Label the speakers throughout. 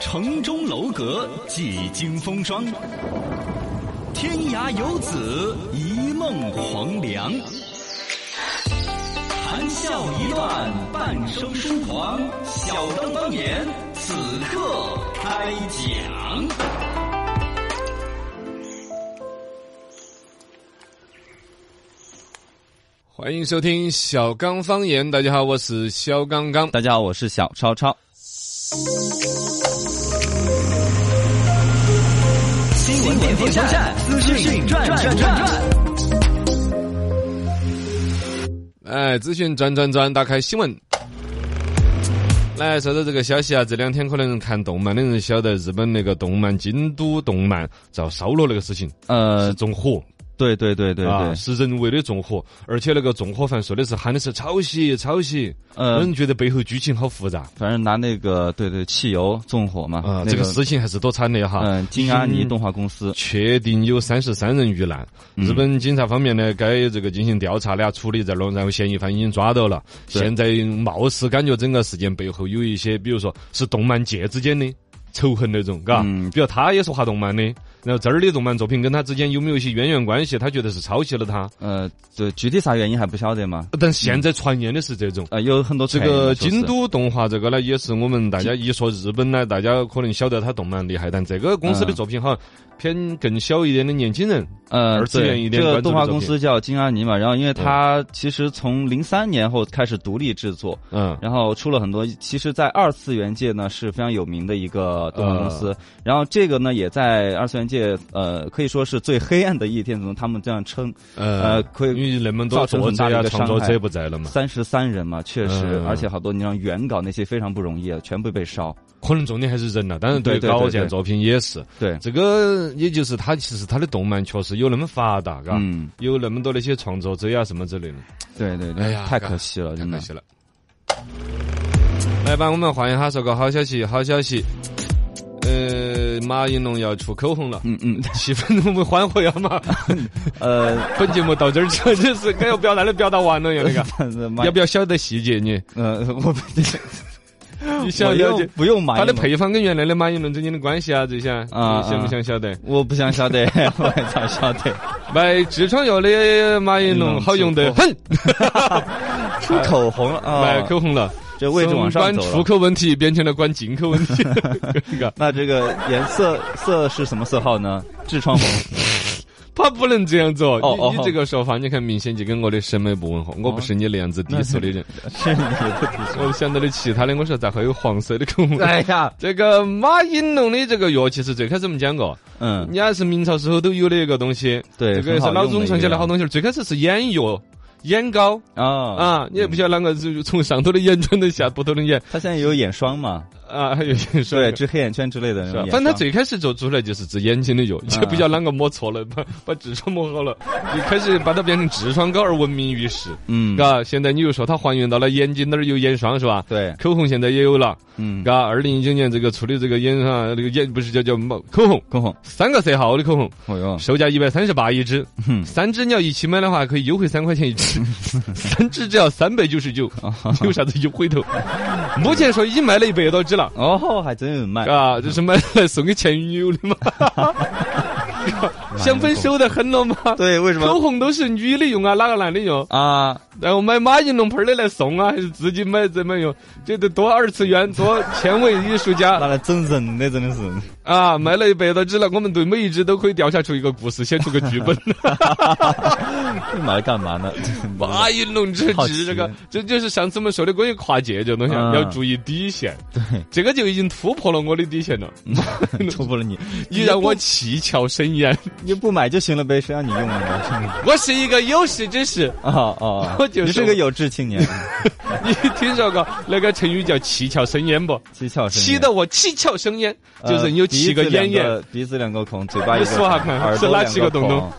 Speaker 1: 城中楼阁几经风霜，天涯游子一梦黄粱。谈笑一段半生疏狂，小灯当年此刻开讲。
Speaker 2: 欢迎收听小刚方言，大家好，我是小刚刚。
Speaker 3: 大家好，我是小超超。
Speaker 1: 新闻联播站，资讯转转转。
Speaker 2: 哎，资讯转转转，打开新闻。来，说到这个消息啊，这两天可能看动漫的人晓得日本那个动漫京都动漫遭烧了那个事情是
Speaker 3: 呃，
Speaker 2: 纵火，
Speaker 3: 对对对对对，
Speaker 2: 啊，是人为的纵火，而且那个纵火犯说的是喊的是抄袭抄袭，让
Speaker 3: 呃，
Speaker 2: 人觉得背后剧情好复杂
Speaker 3: 反正拿那个对对汽油纵火嘛，
Speaker 2: 啊，
Speaker 3: 呃那
Speaker 2: 这个事情还是多惨的哈。
Speaker 3: 嗯，京阿尼
Speaker 2: 嗯
Speaker 3: 动画公司，
Speaker 2: 确定有三十三人遇难。
Speaker 3: 嗯
Speaker 2: 日本警察方面呢，该这个进行调查了，处理这了，然后嫌疑犯已经抓到了。
Speaker 3: 对
Speaker 2: 现在貌似感觉整个事件背后有一些，比如说是动漫界之间的仇恨那种，嘎、
Speaker 3: 嗯
Speaker 2: 比如他也是画动漫的，然后这儿的动漫作品跟他之间有没有一些渊源关系？他觉得是抄袭了他。
Speaker 3: 呃，对，具体啥原因还不晓得嘛，
Speaker 2: 但现在传言的是这种。
Speaker 3: 呃，有很多
Speaker 2: 这
Speaker 3: 传言
Speaker 2: 个
Speaker 3: 嘛说是
Speaker 2: 京都动画这个呢，也是我们大家一说日本呢，大家可能晓得它动漫厉害，但这个公司的
Speaker 3: 嗯
Speaker 2: 作品好像偏更小一点的年轻人
Speaker 3: 呃，
Speaker 2: 二次元一
Speaker 3: 对，
Speaker 2: 点
Speaker 3: 这
Speaker 2: 关
Speaker 3: 个
Speaker 2: 注的
Speaker 3: 动画
Speaker 2: 作
Speaker 3: 公
Speaker 2: 品嗯
Speaker 3: 司叫京阿尼嘛，然后因为
Speaker 2: 对
Speaker 3: 它其实从零三年后开始独立制作，
Speaker 2: 嗯，
Speaker 3: 然后出了很多，其实，在二次元界呢是非常有名的一个动画公司。
Speaker 2: 嗯
Speaker 3: 然后这个呢，也在二次元界，呃，可以说是最黑暗的一天，从他们这样称，
Speaker 2: 呃
Speaker 3: 呃，，可
Speaker 2: 因
Speaker 3: 以
Speaker 2: 为那么多作者呀、创作者不在了嘛，
Speaker 3: 三十三人嘛，确实，
Speaker 2: 嗯
Speaker 3: 而且好多你像原稿那些非常不容易，啊，全部被烧。
Speaker 2: 可能重点还是人了。当然，对
Speaker 3: 对对对
Speaker 2: 稿件作品也是
Speaker 3: 对，
Speaker 2: 这个，也就是他其实他的动漫确实有那么发达，嘎，
Speaker 3: 嗯，
Speaker 2: 有那么多那些创作者呀什么之类的，
Speaker 3: 对对
Speaker 2: 哎
Speaker 3: 对
Speaker 2: 呀，
Speaker 3: 太可惜了，
Speaker 2: 太
Speaker 3: 真
Speaker 2: 可
Speaker 3: 的。
Speaker 2: 惜了。来吧，我们换一下，说个好消息，好消息。呃，马应龙要出口红了，
Speaker 3: 嗯嗯，
Speaker 2: 气氛我们缓和一下 嘛。
Speaker 3: 呃，
Speaker 2: 本节目到这儿，真的是该要表达的表达完了呀，那 个要
Speaker 3: 要
Speaker 2: 不要晓得细节呢？
Speaker 3: 呃，我不
Speaker 2: 你
Speaker 3: 我
Speaker 2: 想了
Speaker 3: 又
Speaker 2: 解
Speaker 3: 不用买
Speaker 2: 它的配方跟原来的马应龙之间的关系啊，这些
Speaker 3: 哎啊
Speaker 2: 你想不想晓得？
Speaker 3: 我不想 晓得，我也想晓得。
Speaker 2: 买痔疮药的马应龙好用得很，
Speaker 3: 出口红了啊，
Speaker 2: 买口红了，
Speaker 3: 这位置往上
Speaker 2: 从
Speaker 3: 走
Speaker 2: 管出
Speaker 3: 了。
Speaker 2: 口问题变成了 管进口问题， 嘎
Speaker 3: 那这个颜色色是什么色号呢？痔疮红。
Speaker 2: 他不能这样做。
Speaker 3: 哦哦
Speaker 2: 你你这个说法，你看明显就跟我的审美不吻合，我不是你那样子低俗的人。
Speaker 3: 是你的提示。
Speaker 2: 我想到的其他的，我说咋会有黄色的口红？
Speaker 3: 哎呀，
Speaker 2: 这个马应龙的这个药，其实最开始我们讲过，人
Speaker 3: 嗯，
Speaker 2: 家是明朝时候都有的一个东西，
Speaker 3: 对，
Speaker 2: 这个也是老祖宗传下来好东西。最开始是眼药、眼膏
Speaker 3: 啊啊！
Speaker 2: 啊，你也不晓得啷个是从上头的眼转到下部头的眼
Speaker 3: 他现在有眼霜嘛？
Speaker 2: 啊，还有人说
Speaker 3: 对，治黑眼圈之类的那
Speaker 2: 是
Speaker 3: 种
Speaker 2: 吧
Speaker 3: 眼霜。
Speaker 2: 反正他最开始做出来就是治眼睛的药，也
Speaker 3: 啊
Speaker 2: 不晓得啷个抹错了，把把痔疮抹好了， 就开始把它变成痔疮膏而闻名于世，
Speaker 3: 嗯，
Speaker 2: 嘎。现在你又说它还原到了眼睛那儿有眼霜是吧？
Speaker 3: 对，
Speaker 2: 口红现在也有了，
Speaker 3: 嗯，
Speaker 2: 嘎。二零一九年这个出的这个眼霜，这个眼不是叫叫毛口红，
Speaker 3: 口红，
Speaker 2: 三个色号的口红，
Speaker 3: 哦哟，
Speaker 2: 售价一百三十八一支，
Speaker 3: 哼
Speaker 2: 三支你要一起买的话可以优惠三块钱一支，三支只要三百九十九，有啥子优惠头？目前说已经卖了一百多支了。
Speaker 3: 哦，还真有人卖。
Speaker 2: 啊，这是买来送给前女友的吗？ 想分手的很了吗？
Speaker 3: 对，为什
Speaker 2: 口
Speaker 3: 么
Speaker 2: 红都是女的用啊，哪个男的用？
Speaker 3: 啊？
Speaker 2: 然后买马应龙牌儿的来送啊，还是自己买怎么用？这得多二次元，多前卫艺术
Speaker 3: 拿
Speaker 2: 家
Speaker 3: 来整人的，真的是。
Speaker 2: 啊！卖了一百多只了，我们对每一只都可以调查出一个故事，写出个剧本。
Speaker 3: 这买来干嘛 呢？
Speaker 2: 马应龙之
Speaker 3: 好
Speaker 2: 治
Speaker 3: 奇
Speaker 2: 这个，这就是上次我们说的关于跨界这东西，啊，
Speaker 3: 嗯
Speaker 2: 要注意底线。对，这个就已经突破了我的底线了，
Speaker 3: 嗯戳破了你，
Speaker 2: 你让我七窍生烟。
Speaker 3: 你就不买就行了呗，谁让你用 了呢？
Speaker 2: 我是一个有识之士。
Speaker 3: 啊啊！
Speaker 2: 我就是
Speaker 3: 你是个有志青年，啊
Speaker 2: 你听说过那个成语叫“七窍生烟”不？
Speaker 3: 七窍啊生
Speaker 2: 气
Speaker 3: 烟
Speaker 2: 得我七窍生烟，就
Speaker 3: 呃
Speaker 2: 是你有七个
Speaker 3: 鼻子
Speaker 2: 烟
Speaker 3: 两
Speaker 2: 焰。
Speaker 3: 鼻子两个孔，嘴巴一
Speaker 2: 你
Speaker 3: 个
Speaker 2: 说
Speaker 3: 孔，
Speaker 2: 下看
Speaker 3: 耳
Speaker 2: 是
Speaker 3: 朵
Speaker 2: 哪
Speaker 3: 两
Speaker 2: 几个洞洞
Speaker 3: 孔？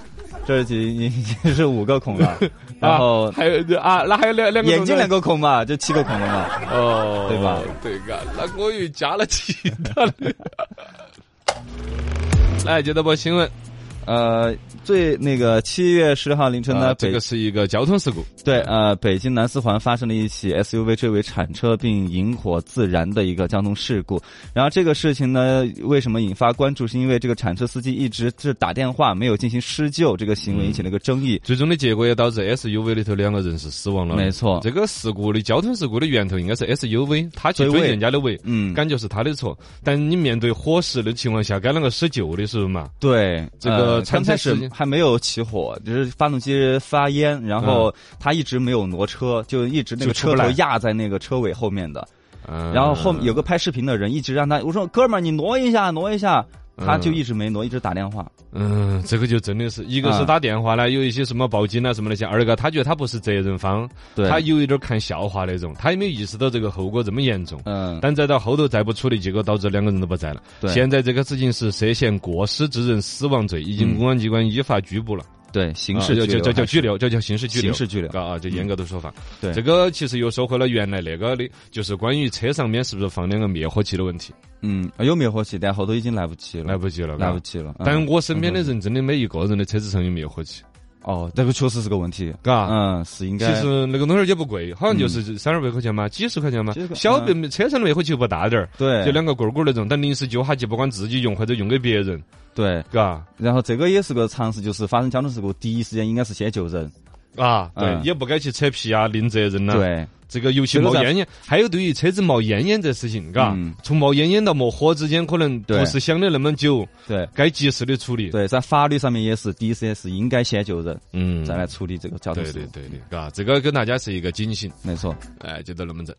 Speaker 3: 这已经已经是五个 孔了，然后
Speaker 2: 啊、还有啊，那还有两两个
Speaker 3: 眼睛两
Speaker 2: 个
Speaker 3: 个孔嘛，就七个孔了嘛。
Speaker 2: 哦，
Speaker 3: 对吧？
Speaker 2: 对嘎，那我又加了其 他的。来，接着播新闻。
Speaker 3: 呃，最那个七月十六号凌晨呢，
Speaker 2: 啊
Speaker 3: 北
Speaker 2: 这个是一个交通事故，
Speaker 3: 对，呃，北京南四环发生了一起 SUV 追尾铲车并引火自燃的一个交通事故。然后这个事情呢，为什么引发关注？是因为这个铲车司机一直是打电话，没有进行施救，这个行为
Speaker 2: 嗯
Speaker 3: 引起了一个争议。
Speaker 2: 最终的结果也导致 SUV 里头两个人是死亡了。
Speaker 3: 没错
Speaker 2: 这个事故的交通事故的源头应该是 SUV，他去
Speaker 3: 追
Speaker 2: 追
Speaker 3: 尾
Speaker 2: 人家的尾，
Speaker 3: 嗯，
Speaker 2: 感觉是他的错。但你面对火势的情况下，该啷个施救的时候嘛？
Speaker 3: 对，
Speaker 2: 这个
Speaker 3: 呃
Speaker 2: 参
Speaker 3: 刚
Speaker 2: 赛
Speaker 3: 开
Speaker 2: 时
Speaker 3: 始
Speaker 2: 间
Speaker 3: 还没有起火，只是发动机发烟，然后他一直没有挪车，就一直那
Speaker 2: 嗯就
Speaker 3: 个
Speaker 2: 出不
Speaker 3: 车
Speaker 2: 来
Speaker 3: 头压在那个车尾后面的。
Speaker 2: 嗯
Speaker 3: 然后后面有个拍视频的人一直让他，我说哥们儿你挪一下，挪一下，他就
Speaker 2: 嗯
Speaker 3: 一直没挪，一直打电话。
Speaker 2: 嗯，这个就真的是一个是
Speaker 3: 啊
Speaker 2: 打电话呢，有一些什么报警啊什么那些；二个他觉得他不是责任方，
Speaker 3: 对
Speaker 2: 他有一点看笑话那种，他也没有意识到这个后果这么严重。
Speaker 3: 嗯，
Speaker 2: 但再到后头再不处理，结果导致两个人都不在了。
Speaker 3: 对
Speaker 2: 现在这个事情是涉嫌过失致人死亡罪，已经
Speaker 3: 嗯
Speaker 2: 公安机关依法拘捕了，
Speaker 3: 对，刑
Speaker 2: 啊
Speaker 3: 事
Speaker 2: 就就
Speaker 3: 拘
Speaker 2: 就叫
Speaker 3: 留还是
Speaker 2: 拘留，就叫刑事拘留
Speaker 3: 刑。事拘留。嗯
Speaker 2: 啊啊，就严格的说法。
Speaker 3: 对
Speaker 2: 这个其实又说回了原来那个的，就是关于车上面是不是放两个灭火器的问题，
Speaker 3: 嗯，有灭火器，但后头已经来不及了，
Speaker 2: 来不及了，
Speaker 3: 来不
Speaker 2: 及。
Speaker 3: 及了。嗯
Speaker 2: 但我身边的人真的没一个人的车子上有灭火器，
Speaker 3: 哦，这个确实是个问题。
Speaker 2: 嘎。
Speaker 3: 嗯，是应
Speaker 2: 啊其
Speaker 3: 该。嗯
Speaker 2: 实那个东西儿也不贵，好像就是三二百块钱嘛，几十块钱嘛
Speaker 3: 几十。块嗯
Speaker 2: 小的车上的灭火器又不大点儿，
Speaker 3: 对，
Speaker 2: 就两个棍儿棍儿那种，但临时救哈就不管自己用或者用给别人，
Speaker 3: 对，
Speaker 2: 嘎。
Speaker 3: 然后这个也是个常识，就是发生交通事故，第一时间应该是先救人。
Speaker 2: 啊，对，
Speaker 3: 嗯
Speaker 2: 也不该去扯皮啊，零责任呐。，
Speaker 3: 对，
Speaker 2: 这个尤其
Speaker 3: 这个
Speaker 2: 冒
Speaker 3: 在
Speaker 2: 烟烟，还有对于车子冒烟烟这事情，嘎、
Speaker 3: 嗯
Speaker 2: 从冒烟烟到冒火之间，可能不
Speaker 3: 对
Speaker 2: 是想的那么久，
Speaker 3: 对，
Speaker 2: 该及时的处理。
Speaker 3: 对，在法律上面也是第一时间是应该先救人，
Speaker 2: 嗯，
Speaker 3: 再来处理这个交通
Speaker 2: 对
Speaker 3: 事
Speaker 2: 对
Speaker 3: 故。
Speaker 2: 对对，嘎，这个跟大家是一个警醒，
Speaker 3: 没错。
Speaker 2: 哎，就到那么整。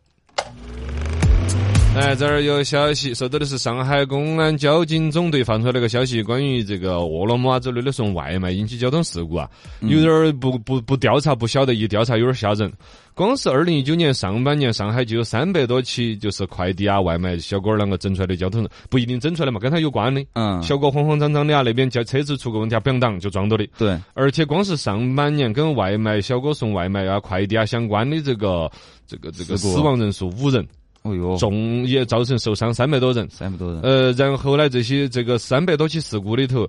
Speaker 2: 哎，这儿有消息，收到的是上海公安交警总队发出来那个消息，关于这个饿了么啊之类的送外卖引起交通事故啊，有点儿不不不调查不晓得，一调查有点儿吓人。光是二零一九年上半年，上海就有三百多起就是快递啊、外卖小哥儿啷个整出来的交通事故，不一定整出来嘛，跟他有关的。
Speaker 3: 嗯，
Speaker 2: 小哥慌慌张张的啊，那边叫车子出个问题啊，不想挡就撞到的。
Speaker 3: 对，
Speaker 2: 而且光是上半年跟外卖小哥送外卖啊、快递啊相关的这个这个这个
Speaker 3: 事故
Speaker 2: 死亡人数五人，
Speaker 3: 哦哟，
Speaker 2: 重也造成受伤三百多人。
Speaker 3: 三百多人。
Speaker 2: 呃，然后呢，这些这个三百多起事故里头。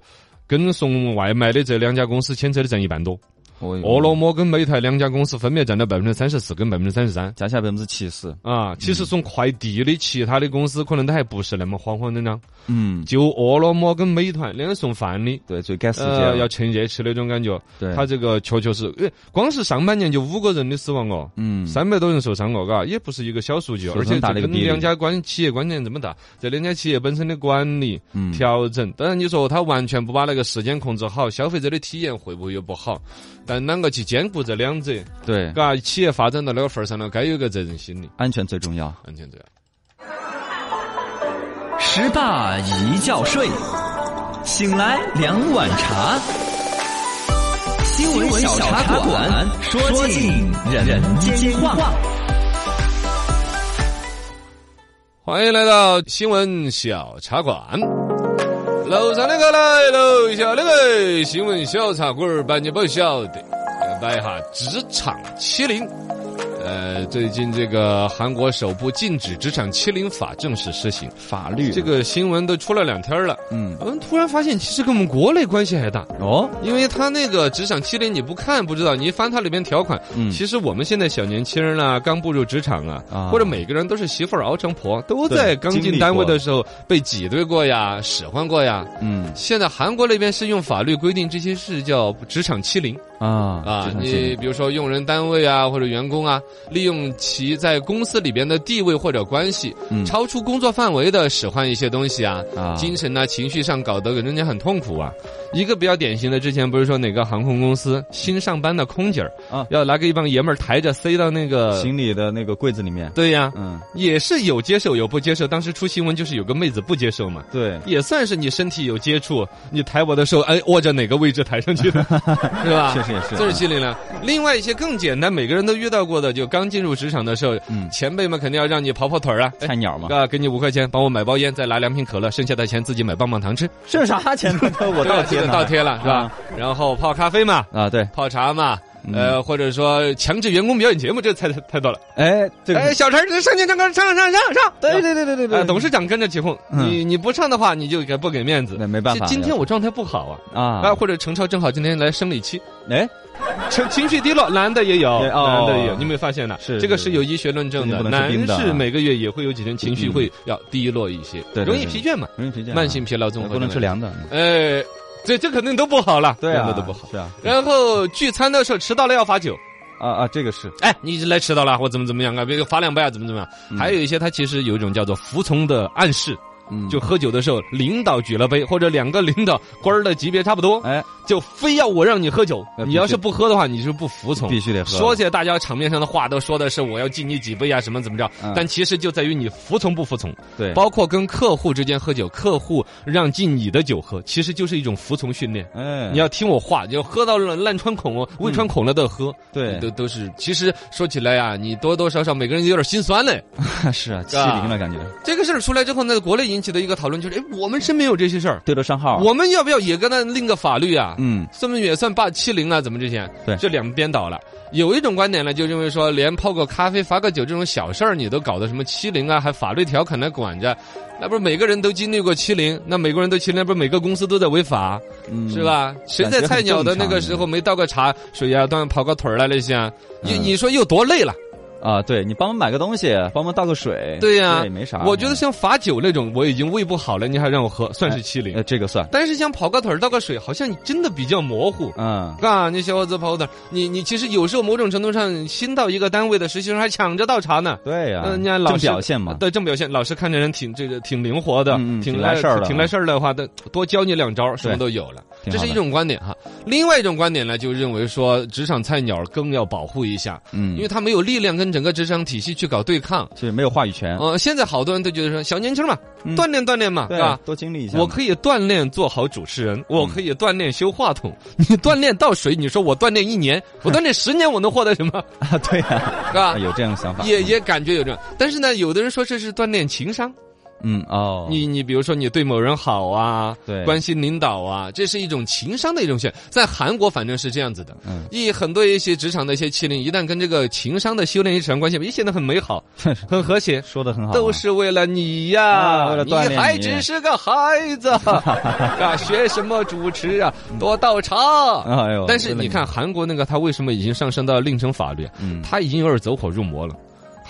Speaker 2: 跟送外卖的这两家公司牵扯的占一半多，
Speaker 3: 哦哟
Speaker 2: 饿了么跟美团两家公司分别占了百分之三十四跟百分之三十三
Speaker 3: 加起来百分之七十。
Speaker 2: 啊。其实送快递的其他的公司可能它还不是那么慌慌张张，
Speaker 3: 嗯，
Speaker 2: 就饿了么跟美团两个送饭的，
Speaker 3: 对，最赶时间
Speaker 2: 呃，
Speaker 3: 了
Speaker 2: 要趁热吃那种感觉。
Speaker 3: 对，
Speaker 2: 他这个确确实，哎，光是上半年就五个人的死亡哦，
Speaker 3: 嗯，
Speaker 2: 三百多人受伤哦，嘎，也不是一个小数据哦，
Speaker 3: 手
Speaker 2: 而
Speaker 3: 上
Speaker 2: 且
Speaker 3: 打
Speaker 2: 这
Speaker 3: 了一个
Speaker 2: 跟
Speaker 3: 比例
Speaker 2: 两家关企业关联这么大，这两家企业本身的管理
Speaker 3: 嗯
Speaker 2: 调整，当然你说他完全不把那个时间控制好，消费者的体验会不会又不好？但啷个去兼顾这两者？
Speaker 3: 对，
Speaker 2: 嘎，企业发展到那个份儿上了，该有个责任心理，
Speaker 3: 安全最重要。
Speaker 2: 安全这样。
Speaker 1: 十大一觉睡，醒来两碗茶。新闻小茶馆，说尽人间话。
Speaker 2: 欢迎来到新闻小茶馆。楼上那个来，楼下那个新闻小茶馆儿，把你不晓得，呃摆一下职场欺凌。呃，最近这个韩国首部禁止职场欺凌法正式施行，
Speaker 3: 法律
Speaker 2: 这，个新闻都出了两天儿了。
Speaker 3: 嗯，
Speaker 2: 哎我们突然发现，其实跟我们国内关系还大，
Speaker 3: 哦，
Speaker 2: 因为他那个职场欺凌你不看不知道，你一翻它里边条款，
Speaker 3: 嗯
Speaker 2: 其实我们现在小年轻人啦、刚步入职场啊，
Speaker 3: 啊
Speaker 2: 或者每个人都是媳妇儿熬成婆，都在
Speaker 3: 对
Speaker 2: 刚
Speaker 3: 经
Speaker 2: 进
Speaker 3: 历
Speaker 2: 单位
Speaker 3: 过
Speaker 2: 的时候被挤兑过呀、使唤过呀。
Speaker 3: 嗯
Speaker 2: 现在韩国那边是用法律规定这些事叫职场欺凌
Speaker 3: 啊
Speaker 2: 啊
Speaker 3: 职，场
Speaker 2: 你
Speaker 3: 经
Speaker 2: 比如说用人单位啊或者员工啊，利用其在公司里边的地位或者关系，
Speaker 3: 嗯
Speaker 2: 超出工作范围的使唤一些东西啊，
Speaker 3: 啊，
Speaker 2: 精神啊、情绪上搞得给人家很痛苦啊。一个比较典型的，之前不是说哪个航空公司新上班的空姐儿
Speaker 3: 啊
Speaker 2: 要拿个一帮爷们儿抬着塞到那个。
Speaker 3: 行李的那个柜子里面，
Speaker 2: 对呀、
Speaker 3: 嗯，
Speaker 2: 也是有接受有不接受。当时出新闻就是有个妹子不接受嘛，
Speaker 3: 对，
Speaker 2: 也算是你身体有接触，你抬我的时候，哎，握着哪个位置抬上 去的，是吧？
Speaker 3: 确实也是
Speaker 2: 这是心理了。另外一些更简单，每个人都遇到过的，就刚进入职场的时候，
Speaker 3: 嗯
Speaker 2: 前辈们肯定要让你跑跑腿儿啊。哎
Speaker 3: 菜鸟嘛，
Speaker 2: 啊，给你五块钱，帮我买包烟，再拿两瓶可乐，剩下的钱自己买棒棒糖吃。
Speaker 3: 剩啥钱呢？我
Speaker 2: 对吧
Speaker 3: 哦倒
Speaker 2: 这
Speaker 3: 贴啊
Speaker 2: 个
Speaker 3: 呢
Speaker 2: 倒贴了是吧？然后泡咖啡嘛，
Speaker 3: 啊，对，
Speaker 2: 泡茶嘛，呃，或者说强制员工表演节目，这太太太多了。
Speaker 3: 哎，这个
Speaker 2: 哎，小陈上去唱歌，唱唱唱唱，
Speaker 3: 对对对对对
Speaker 2: 呃
Speaker 3: 对，
Speaker 2: 董事长跟着起哄，
Speaker 3: 嗯
Speaker 2: 你你不唱的话，你就给不给面子。
Speaker 3: 那没办法
Speaker 2: 今今天我状态不好啊，啊，
Speaker 3: 啊，
Speaker 2: 或者程超正好今天来生理期，
Speaker 3: 哎，
Speaker 2: 情情绪低落，男的也有，
Speaker 3: 对哦
Speaker 2: 男的也有，你有没有发现呢？
Speaker 3: 是
Speaker 2: 这个是有医学论证
Speaker 3: 今天
Speaker 2: 的，
Speaker 3: 不能吃
Speaker 2: 男
Speaker 3: 冰的啊嗯
Speaker 2: 士每个月也会有几天情绪会要低落一些，
Speaker 3: 对对对
Speaker 2: 容易疲倦嘛，
Speaker 3: 容易疲倦啊，
Speaker 2: 慢性疲劳综合
Speaker 3: 不能吃
Speaker 2: 症。
Speaker 3: 凉的，
Speaker 2: 呃，这这肯定都不好了，
Speaker 3: 对啊，
Speaker 2: 两个都不好。
Speaker 3: 是啊，
Speaker 2: 然后聚餐的时候迟到了要罚酒，
Speaker 3: 啊啊，这个是
Speaker 2: 哎，你来迟到了，或怎么怎么样啊？别罚两杯啊，怎么怎么样？还有一些，他其实有一种叫做服从的暗示，
Speaker 3: 嗯
Speaker 2: 就喝酒的时候，领导举了杯，或者两个领导官儿的级别差不多，
Speaker 3: 哎，
Speaker 2: 就非要我让你喝酒。
Speaker 3: 那必须
Speaker 2: 你要是不喝的话，你是不服从。
Speaker 3: 必须得喝，
Speaker 2: 说起来，大家场面上的话都说的是我要敬你几杯啊，什么怎么着
Speaker 3: 嗯？
Speaker 2: 但其实就在于你服从不服从。
Speaker 3: 对，
Speaker 2: 包括跟客户之间喝酒，客户让敬你的酒喝，其实就是一种服从训练。
Speaker 3: 哎，
Speaker 2: 你要听我话，就喝到烂烂穿孔哦，胃
Speaker 3: 嗯
Speaker 2: 穿孔了都喝。
Speaker 3: 对
Speaker 2: 都都是。其实说起来呀、你多多少少每个人有点心酸嘞。
Speaker 3: 是啊，欺凌了感觉，
Speaker 2: 这个事儿出来之后呢，国内引起的一个讨论就是，哎，我们身边有这些事儿，
Speaker 3: 对得上号，
Speaker 2: 我们要不要也跟他另个法律啊？
Speaker 3: 啊嗯，
Speaker 2: 算不也算霸欺凌啊？怎么这些？
Speaker 3: 对
Speaker 2: 这两边倒了。有一种观点呢，就认为说，连泡个咖啡、罚个酒这种小事儿，你都搞得什么欺凌啊，还法律条款来管着，那不是每个人都经历过欺凌？那每个人都欺凌，那不是每个公司都在违法，
Speaker 3: 嗯
Speaker 2: 是？吧？谁在菜鸟的那个时候没倒个茶水啊，端跑个腿儿来那些啊？你
Speaker 3: 嗯
Speaker 2: 你说又多累了？
Speaker 3: 啊，对你帮我买个东西，帮我倒个水，
Speaker 2: 对呀
Speaker 3: 这也没啥，
Speaker 2: 我觉得像罚酒那种，我已经胃不好了，你还让我喝，算是欺凌
Speaker 3: 呃。这个算，
Speaker 2: 但是像跑个腿儿倒个水，好像真的比较模糊。
Speaker 3: 嗯，
Speaker 2: 啊，你小伙子跑个腿儿，你你其实有时候某种程度上，新到一个单位的实习生还抢着倒茶呢。
Speaker 3: 对呀，
Speaker 2: 嗯人家老
Speaker 3: 正
Speaker 2: 师
Speaker 3: 表现嘛，
Speaker 2: 对，正表现，老师看着人挺这个挺灵活的，
Speaker 3: 嗯嗯
Speaker 2: 挺
Speaker 3: 挺来事儿的
Speaker 2: 挺来事儿的话，的多教你两招，什么
Speaker 3: 对
Speaker 2: 都有了。
Speaker 3: 挺
Speaker 2: 这
Speaker 3: 好
Speaker 2: 是一
Speaker 3: 的
Speaker 2: 种观点哈。另外一种观点呢，就认为说职场菜鸟更要保护一下，
Speaker 3: 嗯，
Speaker 2: 因为他没有力量跟整个职场体系去搞对抗。
Speaker 3: 就是没有话语权，
Speaker 2: 呃，现在好多人都觉得说小年轻嘛，
Speaker 3: 嗯
Speaker 2: 锻炼锻炼嘛，
Speaker 3: 对
Speaker 2: 吧？，
Speaker 3: 多经历一下 嗯嘛，
Speaker 2: 我可以锻炼做好主持人，我可以锻炼修话筒。 你锻炼倒水，你说我锻炼一年，我锻炼十年，我能获得什 么？
Speaker 3: 啊，对呀，
Speaker 2: 是吧
Speaker 3: 啊？有这样的想法，
Speaker 2: 也也感觉有这样，但是呢，有的人说这是锻炼情商。
Speaker 3: 嗯哦，
Speaker 2: 你你比如说，你对某人好啊，
Speaker 3: 对
Speaker 2: 关心领导啊，这是一种情商的一种训练。在韩国，反正是这样子的。
Speaker 3: 嗯
Speaker 2: 一很多一些职场的一些欺凌，一旦跟这个情商的修炼一扯上关系，也显得很美 好，很和谐。
Speaker 3: 说的很好啊，
Speaker 2: 都是为了你呀、
Speaker 3: 啊为了锻炼你
Speaker 2: 还只是个孩 子啊，学什么主持啊，
Speaker 3: 嗯
Speaker 2: 多倒茶。
Speaker 3: 哎呦，
Speaker 2: 但是
Speaker 3: 真的
Speaker 2: 你看韩国那个，他为什么已经上升到另成法律？
Speaker 3: 嗯
Speaker 2: 他已经有点走火入魔了。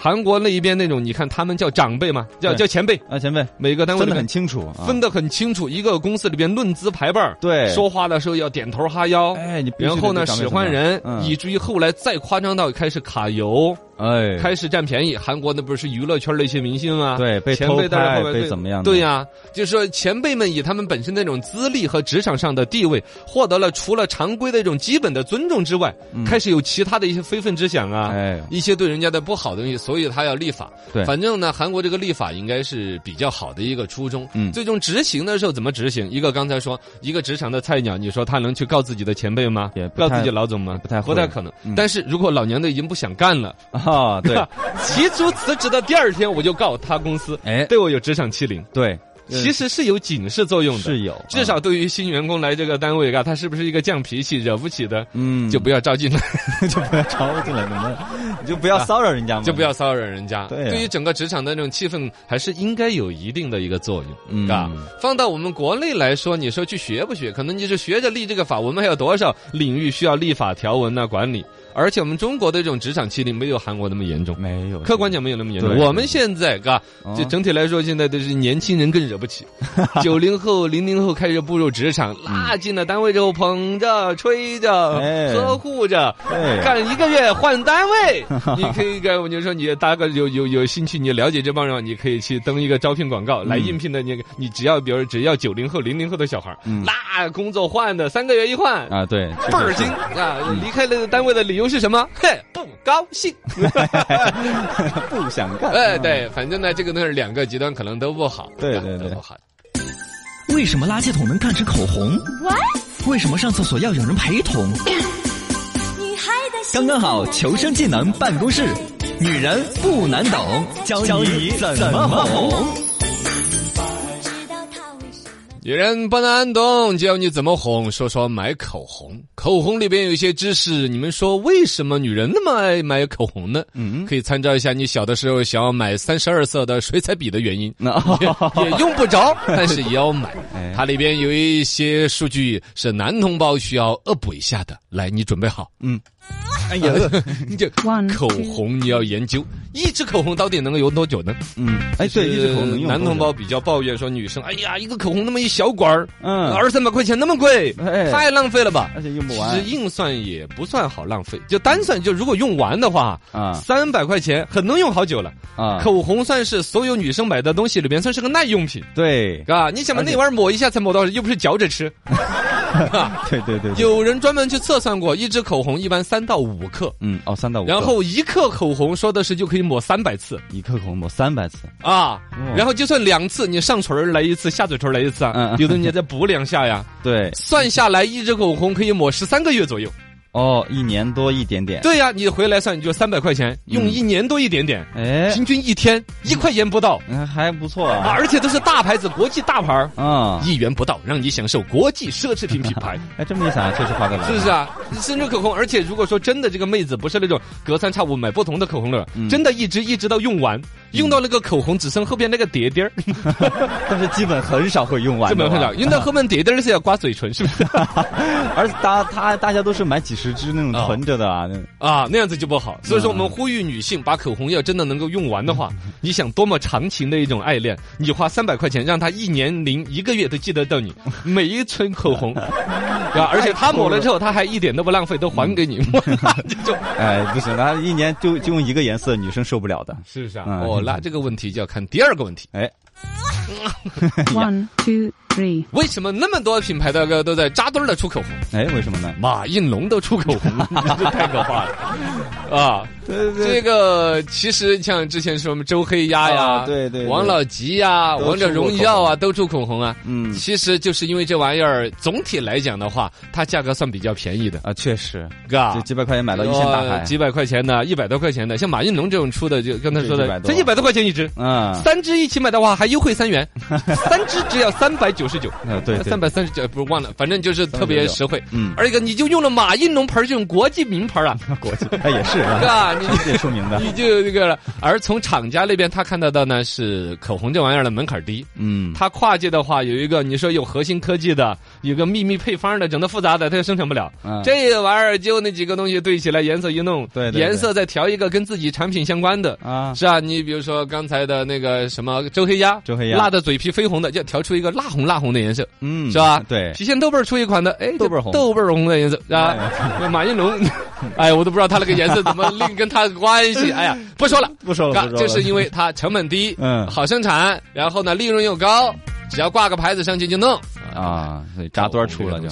Speaker 2: 韩国那一边那种，你看他们叫长辈嘛，叫
Speaker 3: 对
Speaker 2: 叫前辈，
Speaker 3: 啊，前辈
Speaker 2: 每个单位
Speaker 3: 分
Speaker 2: 里
Speaker 3: 得
Speaker 2: 面
Speaker 3: 很清楚，啊
Speaker 2: 分得很清楚，一个公司里边论资排辈儿，
Speaker 3: 对
Speaker 2: 说话的时候要点头哈腰。
Speaker 3: 哎，你必须
Speaker 2: 然后呢，
Speaker 3: 得长辈
Speaker 2: 使唤
Speaker 3: 怎么样
Speaker 2: 人，
Speaker 3: 嗯
Speaker 2: 以至于后来再夸张到开始卡油，
Speaker 3: 哎，
Speaker 2: 开始占便宜。韩国那不是娱乐圈那些明星啊吗？
Speaker 3: 对被
Speaker 2: 前
Speaker 3: 偷
Speaker 2: 辈在
Speaker 3: 拍
Speaker 2: 后面
Speaker 3: 被怎么样的
Speaker 2: 对呀、就是说前辈们以他们本身那种资历和职场上的地位，获得了除了常规的一种基本的尊重之外，开始有其他的一些非分之想啊。
Speaker 3: 嗯 哎，
Speaker 2: 一些对人家的不好的东西，所以他要立法。
Speaker 3: 对
Speaker 2: 反正呢，韩国这个立法应该是比较好的一个初衷。
Speaker 3: 嗯
Speaker 2: 最终执行的时候怎么执行？一个刚才说，一个职场的菜鸟，你说他能去告自己的前辈吗？
Speaker 3: 也不
Speaker 2: 告
Speaker 3: 太
Speaker 2: 自己老总吗？
Speaker 3: 不太会
Speaker 2: 不太可能。
Speaker 3: 嗯
Speaker 2: 但是如果老娘都已经不想干了，
Speaker 3: 啊，对，
Speaker 2: 提出辞职的第二天，我就告他公司
Speaker 3: 哎，
Speaker 2: 对我有职场欺凌，
Speaker 3: 对，
Speaker 2: 其实是有警示作用的。
Speaker 3: 嗯是有，
Speaker 2: 至
Speaker 3: 啊
Speaker 2: 少对于新员工来这个单位，啊，他是不是一个犟脾气、惹不起的，
Speaker 3: 嗯，
Speaker 2: 就不要招进来，
Speaker 3: 就不要吵我进来，怎么，你就不要骚扰人家嘛，
Speaker 2: 啊就不要骚扰人家。
Speaker 3: 对啊
Speaker 2: 对于整个职场的那种气氛，还是应该有一定的一个作用。
Speaker 3: 嗯
Speaker 2: 啊，放到我们国内来说，你说去学不学？可能就是学着立这个法，我们还有多少领域需要立法条文呢、管理？而且我们中国的这种职场欺凌没有韩国那么严重，
Speaker 3: 没有
Speaker 2: 客观讲没有那么严重。
Speaker 3: 嗯对
Speaker 2: 我们现在嘎，
Speaker 3: 哦
Speaker 2: 就整体来说，现在都是年轻人更惹不 起。九零后、零零后开始步入职场，那进了单位之后捧着、吹着、
Speaker 3: 嗯哎
Speaker 2: 呵护着，
Speaker 3: 对
Speaker 2: 干一个月换单位。你可以跟我就说，你大概有有有兴趣，你了解这帮人，你可以去登一个招聘广
Speaker 3: 嗯
Speaker 2: 告，来应聘的你，你只要比如只要九零后、零零后的小孩儿，
Speaker 3: 嗯
Speaker 2: 那工作换的三个月一换。
Speaker 3: 啊，对，确实
Speaker 2: 倍儿
Speaker 3: 是嗯
Speaker 2: 精啊！离开那个单位的理由是什么？嘿，不高兴。
Speaker 3: 不想干，
Speaker 2: 哎，，对，反正呢，这个东西儿两个极端可能都不好，
Speaker 3: 对
Speaker 2: 啊
Speaker 3: 对对
Speaker 2: 都不好。
Speaker 1: 为什么垃圾桶能看出口红为什么上厕所要有人陪同？刚刚
Speaker 4: 刚刚好
Speaker 1: 好，，
Speaker 4: 求
Speaker 1: 求
Speaker 4: 生
Speaker 1: 生
Speaker 4: 技
Speaker 1: 技
Speaker 4: 能
Speaker 1: 能
Speaker 4: 办
Speaker 1: 办
Speaker 4: 公
Speaker 1: 公室
Speaker 4: 室，
Speaker 1: 女人不难懂，教你怎么红。
Speaker 4: 不知道他为什么。
Speaker 2: 女人不能懂，教你怎么哄。说说买口红，口红里边有一些知识，你们说为什么女人那么爱买口红呢？
Speaker 3: 嗯，
Speaker 2: 可以参照一下你小的时候想要买三十二色的水彩笔的原 因，
Speaker 3: 那
Speaker 2: 也也用不着，但是也要买
Speaker 3: 哎。
Speaker 2: 它里边有一些数据是男同胞需要恶补一下的。来，你准备好？
Speaker 3: 嗯，
Speaker 2: 哎 呀，你这
Speaker 4: One,
Speaker 2: 口
Speaker 4: two,
Speaker 2: 红你要研究，一支口红到底能够用多久呢？
Speaker 3: 嗯，哎，对，一支口红能用
Speaker 2: 男
Speaker 3: 多久
Speaker 2: 同胞，比较抱怨说，女生，哎呀，一个口红那么一小管儿，
Speaker 3: 嗯，
Speaker 2: 二三百块钱那么贵，
Speaker 3: 哎
Speaker 2: 太浪费了吧？
Speaker 3: 而且用不
Speaker 2: 其
Speaker 3: 完
Speaker 2: 实硬算也不算好浪费，就单算就如果用完的话，
Speaker 3: 啊
Speaker 2: 三百块钱很能用好久了。
Speaker 3: 啊，
Speaker 2: 口红算是所有女生买的东西里边算是个耐用品，
Speaker 3: 对
Speaker 2: 啊，你想嘛，
Speaker 3: 而且
Speaker 2: 那玩意儿抹一下才抹到，又不是嚼着吃。啊
Speaker 3: 对对对，对
Speaker 2: 有人专门去测算过，一支口红一般三到五克，
Speaker 3: 嗯哦三到五克，
Speaker 2: 然后一克口红说的是就可以抹三百次。
Speaker 3: 一克口红抹三百次，
Speaker 2: 啊
Speaker 3: 哦，
Speaker 2: 然后就算两次，你上唇儿来一次，下嘴唇儿来一次
Speaker 3: 嗯
Speaker 2: 啊
Speaker 3: 嗯，
Speaker 2: 有的你再补两下 呀，
Speaker 3: 对
Speaker 2: 算下来一支口红可以抹十三个月左右。
Speaker 3: 哦一年多一点点，
Speaker 2: 对呀，你回来算你就三百块钱，用一年多一点点，
Speaker 3: 嗯哎，
Speaker 2: 平均一天一块钱不到
Speaker 3: 嗯还不错
Speaker 2: 啊，
Speaker 3: 啊，
Speaker 2: 而且都是大牌子，国际大牌儿。
Speaker 3: 啊，
Speaker 2: 一元不到，让你享受国际奢侈品品牌，
Speaker 3: 哎这么一想确实划得来，
Speaker 2: 是不是啊？甚至口红，而且如果说真的这个妹子不是那种隔三差五买不同的口红了，
Speaker 3: 嗯
Speaker 2: 真的一支一支到用完，用到那个口红只剩后边那个碟碟儿，
Speaker 3: 但是基本很少会用完
Speaker 2: 这
Speaker 3: 的吧，
Speaker 2: 么很少，因为那后面叠的是要刮嘴唇，是不是
Speaker 3: 而且大他大家都是买几十支那种
Speaker 2: 哦
Speaker 3: 囤着的啊，那
Speaker 2: 啊？那样子就不好。所以说，我们呼吁女性把口红要真的能够用完的话，你想多么长情的一种爱恋，你花三百块钱让她一年零一个月都记得到你每一寸口 红，啊，而且她抹了之后，她还一点都不浪费，都还给你，哇，这就。
Speaker 3: 哎不行，他一年就就用一个颜色，女生受不了的。
Speaker 2: 是不是啊？
Speaker 3: 嗯
Speaker 2: 哦，那这个问题就要看第二个问题，
Speaker 3: 哎，
Speaker 4: one, two, three.
Speaker 2: 为什么那么多品牌的都在扎堆儿的出口红？
Speaker 3: 哎，为什么呢？
Speaker 2: 马应龙都出 口红，这太可怕了啊！
Speaker 3: 对
Speaker 2: 这个其实像之前什么周黑鸭呀、
Speaker 3: 啊对对对
Speaker 2: 王老吉呀、
Speaker 3: 都出过
Speaker 2: 王者荣耀啊，都出口红啊。
Speaker 3: 嗯
Speaker 2: 其实就是因为这玩意儿，总体来讲的话，它价格算比较便宜的，
Speaker 3: 啊，确实，
Speaker 2: 嘎
Speaker 3: 这。几百块钱买到一线大
Speaker 2: 呃
Speaker 3: 海，
Speaker 2: 几百块钱的，一百多块钱的，像马应龙这种出的，就刚才说
Speaker 3: 这一百
Speaker 2: 的，
Speaker 3: 多
Speaker 2: 才一百多块钱一支，
Speaker 3: 嗯，
Speaker 2: 三支一起买的话还优惠 三元，三支只要三百九十九，
Speaker 3: 呃对对
Speaker 2: 三，百三十九，不是忘了，反正就是特别
Speaker 3: 399
Speaker 2: 实惠。
Speaker 3: 嗯，
Speaker 2: 二一个，你就用了马应龙牌儿这种国际名 牌儿啊，
Speaker 3: 国际哎也是
Speaker 2: 对
Speaker 3: 啊，
Speaker 2: 吧？你
Speaker 3: 世界出名的，
Speaker 2: 你就这个了。而从厂家那边他看得到呢，是口红这玩意儿的门槛低。
Speaker 3: 嗯，
Speaker 2: 它跨界的话，有一个你说有核心科技的，有个秘密配方的，整的复杂的，它又生产不了。
Speaker 3: 嗯
Speaker 2: 这玩意儿就那几个东西对起来，颜色一弄，
Speaker 3: 对对对
Speaker 2: 颜色再调一个跟自己产品相关的。
Speaker 3: 啊，
Speaker 2: 是啊，你比如说刚才的那个什么周黑鸭，
Speaker 3: 周黑鸭
Speaker 2: 辣的嘴皮绯红的，就调出一个辣红辣红的颜色，
Speaker 3: 嗯，
Speaker 2: 是吧？
Speaker 3: 对，
Speaker 2: 郫县豆瓣儿出一款的，哎，
Speaker 3: 豆瓣儿红哎
Speaker 2: 豆瓣儿红的颜色啊，马应龙， 哎，我都不知道它那个颜色怎么另跟它的关 系，哎呀，不说了，
Speaker 3: 不说了，
Speaker 2: 啊
Speaker 3: 不说了，
Speaker 2: 就是因为它成本低，
Speaker 3: 嗯
Speaker 2: 好生产，然后呢利润又高，只要挂个牌子上去就弄，
Speaker 3: 啊，所以扎堆儿出了就。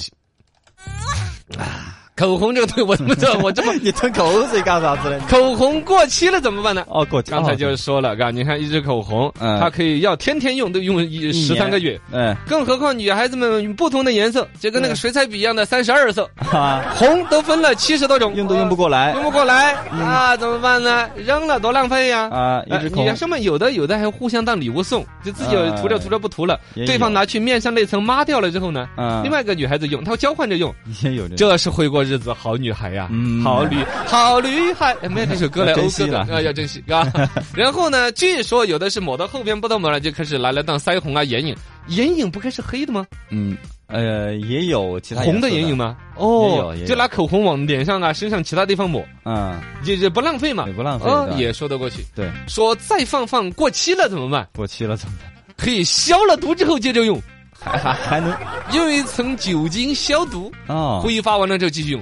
Speaker 2: 啊口红这个东西，我怎么 这我这么
Speaker 3: 你吞口水干啥子嘞？
Speaker 2: 口红过期了怎么办呢？
Speaker 3: 哦，过
Speaker 2: 刚才就是说了，嘎，你看一支口红，
Speaker 3: 哦嗯
Speaker 2: 它可以要天天用，都用一十三个月，，
Speaker 3: 哎，
Speaker 2: 更何况女孩子们不同的颜色，就跟那个水彩笔一样的三十二色，
Speaker 3: 哈，
Speaker 2: 红都分了七十多种，哎
Speaker 3: 用都用不过来
Speaker 2: 用不过来啊，怎么办呢？扔了多浪费呀！
Speaker 3: 啊，一
Speaker 2: 哎
Speaker 3: 支
Speaker 2: 你
Speaker 3: 口
Speaker 2: 看
Speaker 3: 红，
Speaker 2: 上面有的有的还互相当礼物送，就自己
Speaker 3: 啊
Speaker 2: 涂着涂着不涂了，
Speaker 3: 也有
Speaker 2: 对方拿去面上那层抹掉了之后呢，
Speaker 3: 啊
Speaker 2: 另外一个女孩子用，她交换着用，
Speaker 3: 也有这
Speaker 2: 这是会过日子好女孩呀，
Speaker 3: 嗯
Speaker 2: 好女好女孩，哎没有这首歌来
Speaker 3: 要珍
Speaker 2: 讴
Speaker 3: 惜
Speaker 2: 歌的
Speaker 3: 了
Speaker 2: 啊，要珍惜 啊。然后呢，据说有的是抹到后边不得抹了，就开始拿来当腮红啊、眼影，眼影不该是黑的吗？
Speaker 3: 嗯呃也有其他
Speaker 2: 红
Speaker 3: 的
Speaker 2: 的眼影，吗？
Speaker 3: 也
Speaker 2: 哦
Speaker 3: 有也，有
Speaker 2: 就拿口红往脸上啊、身上其他地方抹，
Speaker 3: 嗯，
Speaker 2: 也也不浪费嘛
Speaker 3: 也。不浪费
Speaker 2: 啊，
Speaker 3: 的，
Speaker 2: 也说得过去。
Speaker 3: 对，
Speaker 2: 说再放放过期了怎么办？
Speaker 3: 过期了怎么办？
Speaker 2: 可以消了毒之后接着用，
Speaker 3: 还还还能
Speaker 2: 用一层酒精消毒，
Speaker 3: 哦，
Speaker 2: 挥发完了之后继续用，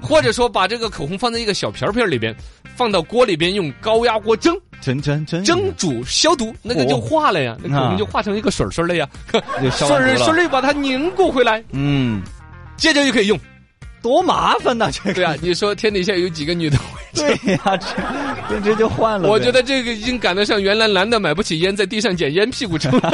Speaker 2: 或者说把这个口红放在一个小瓢瓢里边，放到锅里边用高压锅蒸
Speaker 3: 真真真
Speaker 2: 蒸煮消毒，那个就化了呀，那口红就化成一个水水了呀，
Speaker 3: 哦 就消
Speaker 2: 水
Speaker 3: 完
Speaker 2: 儿
Speaker 3: 毒
Speaker 2: 水
Speaker 3: 了，
Speaker 2: 儿把它凝固回来，
Speaker 3: 嗯，
Speaker 2: 接着就可以用。
Speaker 3: 多麻烦呐，这个
Speaker 2: 对 啊，你说天底下有几个女的？
Speaker 3: 对呀，这这就换了呗，
Speaker 2: 我觉得这个已经赶得上原来男的买不起烟，在地上捡烟屁股抽。
Speaker 3: 我觉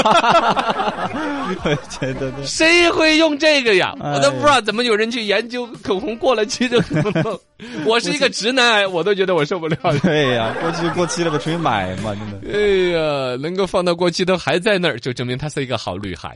Speaker 3: 得 对
Speaker 2: 谁会用这个呀？
Speaker 3: 哎
Speaker 2: 我都不知道怎么有人去研究口红过了期的口 红。我是一个直男癌，我都觉得我受不了。
Speaker 3: 对呀，过期就过期了呗，重新买嘛，真的。
Speaker 2: 哎呀，能够放到过期都还在那儿，就证明她是一个好女孩。